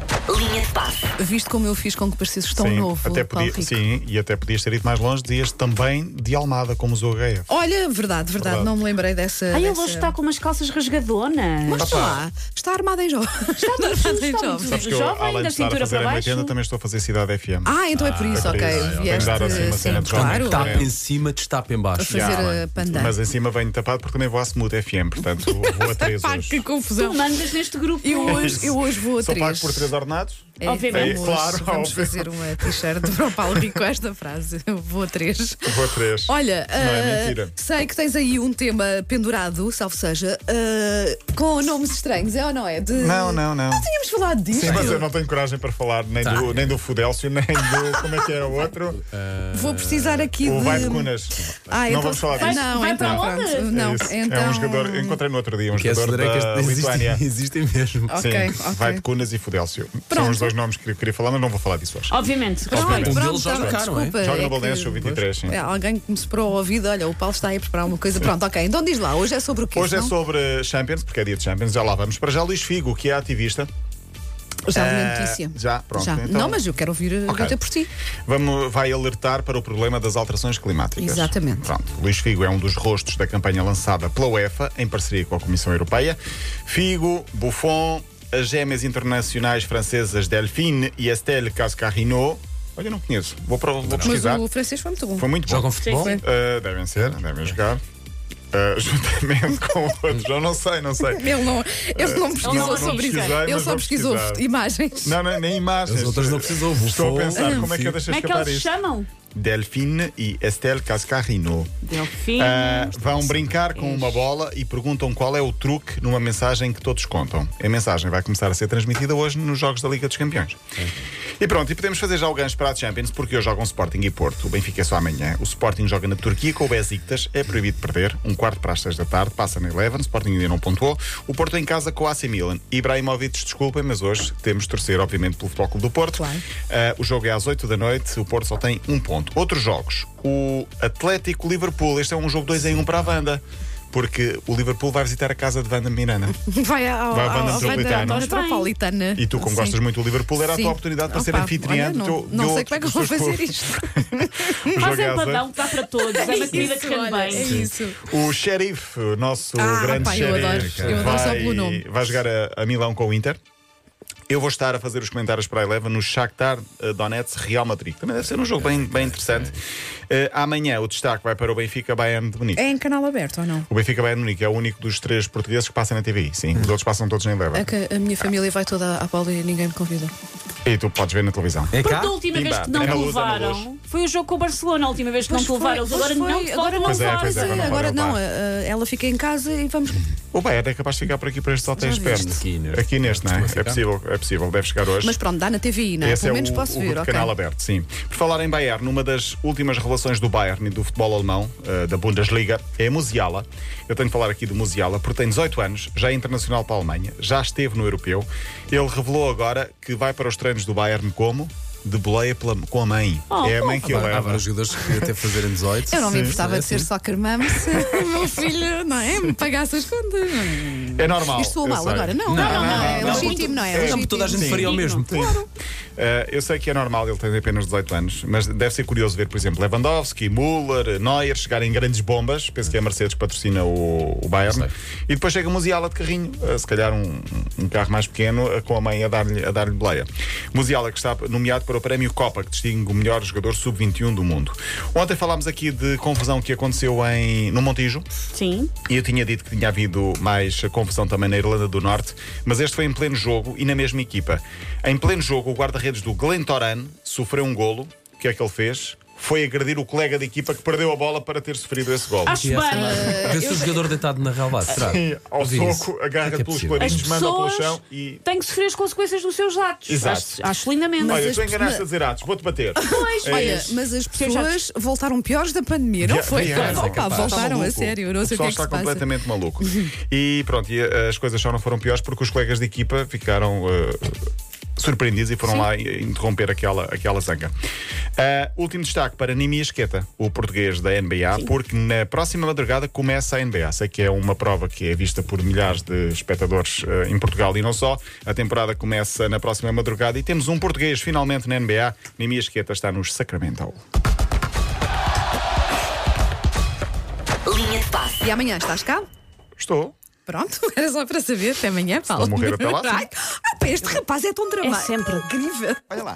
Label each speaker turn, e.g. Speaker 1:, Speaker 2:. Speaker 1: que passe.
Speaker 2: Visto como eu fiz com que parecesse tão
Speaker 3: sim,
Speaker 2: novo,
Speaker 3: até
Speaker 2: Paulo
Speaker 3: podia,
Speaker 2: Rico.
Speaker 3: sim, e até podias ter ido mais longe, dias também de Almada, como usou a GF.
Speaker 2: Olha, verdade, verdade,
Speaker 3: Verdade.
Speaker 2: não me lembrei dessa.
Speaker 1: Ai, Ah, ele
Speaker 2: dessa-
Speaker 1: hoje está com umas calças rasgadonas.
Speaker 2: Mas está
Speaker 3: Papá.
Speaker 2: lá, está armada em jovem. Está, armada em
Speaker 1: está muito
Speaker 2: jovem.
Speaker 3: Sabes que eu,
Speaker 1: Jovem,
Speaker 3: além
Speaker 1: da
Speaker 3: de estar a
Speaker 1: cintura
Speaker 3: fazer
Speaker 1: para
Speaker 3: a
Speaker 1: baixo.
Speaker 3: 80, também estou a fazer Cidade FM.
Speaker 2: Ah, então é por isso,
Speaker 3: é por
Speaker 2: ok.
Speaker 3: isso. Tem que
Speaker 2: Vieste
Speaker 3: dar assim uma
Speaker 2: sim,
Speaker 3: cena de jovem.
Speaker 2: claro.
Speaker 3: Tá.
Speaker 2: Para
Speaker 3: É.
Speaker 4: Tapa em cima, destapa em baixo.
Speaker 2: fazer uh,
Speaker 3: Yeah.
Speaker 2: a pandan.
Speaker 3: Mas é em cima venho tapado porque também vou à Smooth FM, portanto vou a 3
Speaker 2: Pá, que
Speaker 3: hoje.
Speaker 1: Tu
Speaker 2: confusão.
Speaker 1: mandas neste grupo.
Speaker 2: Eu hoje, eu hoje vou a
Speaker 3: Só pago
Speaker 2: três.
Speaker 3: por 3 ordenados?
Speaker 2: É,
Speaker 1: Obviamente.
Speaker 2: vamos,
Speaker 3: É, claro,
Speaker 2: vamos
Speaker 3: óbvio.
Speaker 2: fazer uma t-shirt para o Paulo Rico com esta frase. Eu vou a três.
Speaker 3: Vou a 3.
Speaker 2: Olha,
Speaker 3: Não é
Speaker 2: ah,
Speaker 3: mentira.
Speaker 2: sei que tens aí um tema pendurado, salvo seja, ah, com nomes estranhos, é ou não é? De-
Speaker 3: Não, não, não.
Speaker 2: Não tínhamos falado disto.
Speaker 3: Sim, mas eu não tenho coragem para falar nem,
Speaker 4: Tá.
Speaker 3: do, nem do Fudélcio, nem do. Como é que é o outro?
Speaker 2: Vou precisar aqui
Speaker 3: o
Speaker 2: de.
Speaker 3: Um Vai de Cunas.
Speaker 2: Ah,
Speaker 3: não
Speaker 2: então-
Speaker 3: vamos falar
Speaker 2: Ah,
Speaker 3: disso.
Speaker 2: Não,
Speaker 1: Vai
Speaker 2: então
Speaker 1: para onde?
Speaker 2: pronto. Não,
Speaker 3: É isso.
Speaker 2: então. é
Speaker 3: É um jogador. Encontrei no outro dia um
Speaker 4: Que essas
Speaker 3: jogador
Speaker 4: drecas
Speaker 3: da
Speaker 4: existem,
Speaker 3: Lituânia.
Speaker 4: existem mesmo.
Speaker 2: Ok,
Speaker 3: Sim,
Speaker 2: ok.
Speaker 3: Vai de Cunas e Fudélcio. São
Speaker 2: Pronto. Ah,
Speaker 3: os dois nomes que eu queria falar, mas não vou falar disso hoje.
Speaker 1: Obviamente.
Speaker 2: Pronto,
Speaker 4: Um
Speaker 2: pronto,
Speaker 4: deles já
Speaker 2: tá bem,
Speaker 4: jogaram,
Speaker 2: desculpa,
Speaker 4: é?
Speaker 3: Joga no
Speaker 2: que-
Speaker 3: Valência, o 23, sim.
Speaker 2: É, alguém que me separou ao ouvido, olha, o Paulo está aí a preparar uma coisa. Pronto, ok. Então diz lá, hoje é sobre o quê?
Speaker 3: Hoje é
Speaker 2: não?
Speaker 3: sobre Champions, porque é dia de Champions, já lá vamos. Para já, Luís Figo, que é ativista.
Speaker 2: Já vi
Speaker 3: Eh,
Speaker 2: a notícia.
Speaker 3: já, pronto,
Speaker 2: Já.
Speaker 3: então-
Speaker 2: Não, mas eu quero ouvir
Speaker 3: Ok.
Speaker 2: até por si.
Speaker 3: Vamos, vai alertar para o problema das alterações climáticas.
Speaker 2: Exatamente.
Speaker 3: Pronto. Luís Figo é um dos rostos da campanha lançada pela UEFA, em parceria com a Comissão Europeia. Figo, Buffon, as gêmeas internacionais francesas Delphine e Estelle Cascarino. Olha, não conheço. Vou, pro- vou
Speaker 2: Mas
Speaker 3: pesquisar.
Speaker 2: o francês foi muito bom.
Speaker 3: Foi muito bom.
Speaker 4: Jogam futebol?
Speaker 1: Sim,
Speaker 3: Uh, devem ser, devem jogar. Uh, juntamente com outros. Eu não sei, não sei.
Speaker 2: Ele não, ele
Speaker 3: É,
Speaker 2: não pesquisou
Speaker 1: não
Speaker 2: sobre isso.
Speaker 3: pesquisei,
Speaker 2: Ele
Speaker 3: mas
Speaker 2: só
Speaker 3: vou
Speaker 2: pesquisou
Speaker 3: pesquisar.
Speaker 2: imagens.
Speaker 3: Não, não, nem imagens.
Speaker 4: As outras não precisam, Buffon,
Speaker 3: Estou a pensar como é que eu
Speaker 4: Figo.
Speaker 3: deixo
Speaker 1: Como é que eles
Speaker 3: escapar
Speaker 1: se
Speaker 3: isto.
Speaker 1: chamam?
Speaker 3: Delphine e Estelle Cascarino.
Speaker 1: Delfim.
Speaker 3: Ah, vão brincar com uma bola e perguntam qual é o truque numa mensagem que todos contam. A mensagem vai começar a ser transmitida hoje nos Jogos da Liga dos Campeões. E pronto, e podemos fazer já o gancho para a Champions, porque hoje jogam Sporting e Porto. O Benfica é só amanhã. O Sporting joga na Turquia com o Besiktas. É proibido perder. Um quarto para as seis da tarde. Passa na Eleven. Sporting ainda não pontuou. O Porto em casa com o AC Milan. Ibrahimovic, desculpem, mas hoje temos de torcer, obviamente, pelo Futebol Clube do Porto.
Speaker 2: Claro.
Speaker 3: Ah, o jogo é às 8 da noite, o Porto só tem um ponto. Outros jogos, o Atlético Liverpool, este é um jogo 2 em 1 para a Wanda, porque o Liverpool vai visitar a casa de Wanda Miranda.
Speaker 2: Vai ao,
Speaker 3: Vai à banda
Speaker 2: ao- vai da-
Speaker 3: metropolitana.
Speaker 2: da metropolitana.
Speaker 3: E tu, como
Speaker 2: Sim.
Speaker 3: gostas muito do Liverpool, era a
Speaker 2: Sim.
Speaker 3: tua oportunidade para ser
Speaker 2: Opa,
Speaker 3: anfitriã
Speaker 2: olha,
Speaker 3: do teu.
Speaker 2: Não, não
Speaker 3: do
Speaker 2: sei como é que eu
Speaker 3: dos
Speaker 2: vou
Speaker 3: teus
Speaker 2: fazer
Speaker 3: clubes.
Speaker 2: isto.
Speaker 3: O
Speaker 1: Faz
Speaker 3: jogo é às
Speaker 2: um
Speaker 1: empadão que dá para todos. É uma comida que
Speaker 2: Isso,
Speaker 1: cai
Speaker 2: olha, é
Speaker 1: bem.
Speaker 2: isso.
Speaker 3: O Sheriff, o nosso
Speaker 2: Ah,
Speaker 3: grande
Speaker 2: pá, eu adoro.
Speaker 3: Sheriff,
Speaker 2: Eu adoro só pelo nome.
Speaker 3: vai, vai jogar a, a Milão com o Inter. Eu vou estar a fazer os comentários para a Eleven no Shakhtar eh, Donetsk Real Madrid. Também deve ser um jogo bem, bem interessante. Eh, amanhã o destaque vai para o Benfica Bayern de Munique.
Speaker 2: É em canal aberto ou não?
Speaker 3: O Benfica Bayern de Munique é o único dos três portugueses que passa na TVI. Sim, os outros passam todos na Eleven.
Speaker 2: É que a minha família vai toda à bola e ninguém me convida.
Speaker 3: E tu podes ver na televisão.
Speaker 4: É
Speaker 1: Porque
Speaker 4: cá?
Speaker 1: da última
Speaker 3: Pimba,
Speaker 1: vez que não
Speaker 3: é na
Speaker 1: te
Speaker 3: luz, é na
Speaker 1: levaram foi o jogo com o Barcelona, a última vez que
Speaker 2: Pois
Speaker 1: não te
Speaker 2: foi,
Speaker 1: levaram. Eles
Speaker 2: pois
Speaker 1: agora
Speaker 2: foi,
Speaker 1: não te
Speaker 2: agora
Speaker 1: podem
Speaker 2: não
Speaker 3: Pois é,
Speaker 1: levar.
Speaker 3: pois é,
Speaker 2: Sim,
Speaker 3: agora não
Speaker 2: agora
Speaker 3: vai
Speaker 2: não,
Speaker 3: levar.
Speaker 2: eh, eh, ela fica em casa e vamos.
Speaker 3: O Bayern é capaz de ficar por aqui para este hotel esperto.
Speaker 4: viste. Aqui neste.
Speaker 3: Aqui neste, não é?
Speaker 4: Costuma ficar.
Speaker 3: É possível, é possível. Deve chegar hoje.
Speaker 2: Mas pronto, dá na TVI, não é?
Speaker 3: Esse
Speaker 2: Pelo
Speaker 3: é
Speaker 2: menos
Speaker 3: o,
Speaker 2: posso
Speaker 3: o
Speaker 2: ver,
Speaker 3: grupo
Speaker 2: ok.
Speaker 3: canal aberto, sim. Por falar em Bayern, numa das últimas relações do Bayern e do futebol alemão, eh, da Bundesliga, é a Musiala. Eu tenho de falar aqui de Musiala, porque tem 18 anos, já é internacional para a Alemanha, já esteve no europeu. Ele revelou agora que vai para os treinos do Bayern como? De boleia pela- com a mãe.
Speaker 1: Oh,
Speaker 3: é a mãe que o
Speaker 4: Há
Speaker 3: leva.
Speaker 4: vários Ah, jogadores que até fazerem 18.
Speaker 2: Eu não me
Speaker 4: Sim,
Speaker 2: importava
Speaker 4: é
Speaker 2: de ser
Speaker 4: assim.
Speaker 2: soccer mom se o meu filho, não é? Me pagasse as contas.
Speaker 3: É normal.
Speaker 2: Isto soa
Speaker 3: eu
Speaker 2: mal
Speaker 3: sei.
Speaker 2: agora? Não, não, não.
Speaker 1: não,
Speaker 2: É
Speaker 1: não.
Speaker 2: legítimo, não é?
Speaker 3: Não, porque
Speaker 4: Não, porque toda a gente
Speaker 2: legítimo.
Speaker 4: faria o mesmo.
Speaker 3: Eh, eu sei que é normal, ele tem apenas 18 anos, mas deve ser curioso ver, por exemplo, Lewandowski, Müller, Neuer chegarem em grandes bombas. Penso que é a Mercedes que patrocina o, o Bayern.
Speaker 4: Sei.
Speaker 3: E depois chega o Musiala de carrinho, eh, se calhar um, um carro mais pequeno, eh, com a mãe a dar-lhe a dar boleia. Musiala que está nomeado para o prémio Copa, que distingue o melhor jogador sub-21 do mundo. Ontem falámos aqui de confusão que aconteceu em, no Montijo.
Speaker 1: Sim.
Speaker 3: E eu tinha dito que tinha havido mais confusão também na Irlanda do Norte, mas este foi em pleno jogo e na mesma equipa. Em pleno jogo, o guarda-redes do Glentoran sofreu um golo. O que é que ele fez? Foi agredir o colega de equipa que perdeu a bola para ter sofrido esse golo.
Speaker 1: Acho
Speaker 4: E essa
Speaker 1: bem.
Speaker 2: uh,
Speaker 4: imagem? Vê-se o jogador deitado na relvada. Será?
Speaker 3: E ao
Speaker 4: Eu vi isso.
Speaker 3: soco,
Speaker 4: Como é
Speaker 3: agarra
Speaker 4: que é
Speaker 3: pelos
Speaker 4: possível?
Speaker 3: quadrinhos,
Speaker 1: As
Speaker 3: manda pelo
Speaker 1: pessoas
Speaker 3: chão e.
Speaker 1: Tem que sofrer as consequências dos seus atos.
Speaker 3: Exato.
Speaker 1: Acho, acho lindamente.
Speaker 3: Olha,
Speaker 2: as
Speaker 3: tu é enganaste
Speaker 2: pessoas-
Speaker 3: a dizer atos, vou-te bater.
Speaker 1: Pois,
Speaker 3: É
Speaker 2: Olha,
Speaker 3: isso.
Speaker 2: mas as
Speaker 1: eu já-
Speaker 2: pessoas voltaram piores da pandemia, não
Speaker 3: Vi-
Speaker 2: foi?
Speaker 3: vieram, é
Speaker 2: Opa,
Speaker 3: capaz. Está
Speaker 2: voltaram a
Speaker 3: maluco.
Speaker 2: sério, eu não sei o que é
Speaker 3: pessoal
Speaker 2: que
Speaker 3: está
Speaker 2: se passa.
Speaker 3: completamente maluco. E pronto, e, eh, as coisas só não foram piores porque os colegas de equipa ficaram. eh, surpreendidos e foram lá i- interromper aquela, aquela zanga. Ah, último destaque para Nimi Esqueta, o português da NBA, porque na próxima madrugada começa a NBA. Sei que é uma prova que é vista por milhares de espectadores ah, em Portugal e não só. A temporada começa na próxima madrugada e temos um português finalmente na NBA. Nimi Esqueta está nos Sacramento.
Speaker 5: Linha de passe.
Speaker 2: E amanhã estás cá?
Speaker 3: Estou.
Speaker 2: Pronto, era só para saber. Até amanhã, Paulo.
Speaker 3: morrer até lá, sim.
Speaker 2: Ai, ah, pá, este rapaz é tão dramático.
Speaker 1: sempre.
Speaker 2: incrível.
Speaker 3: Olha lá.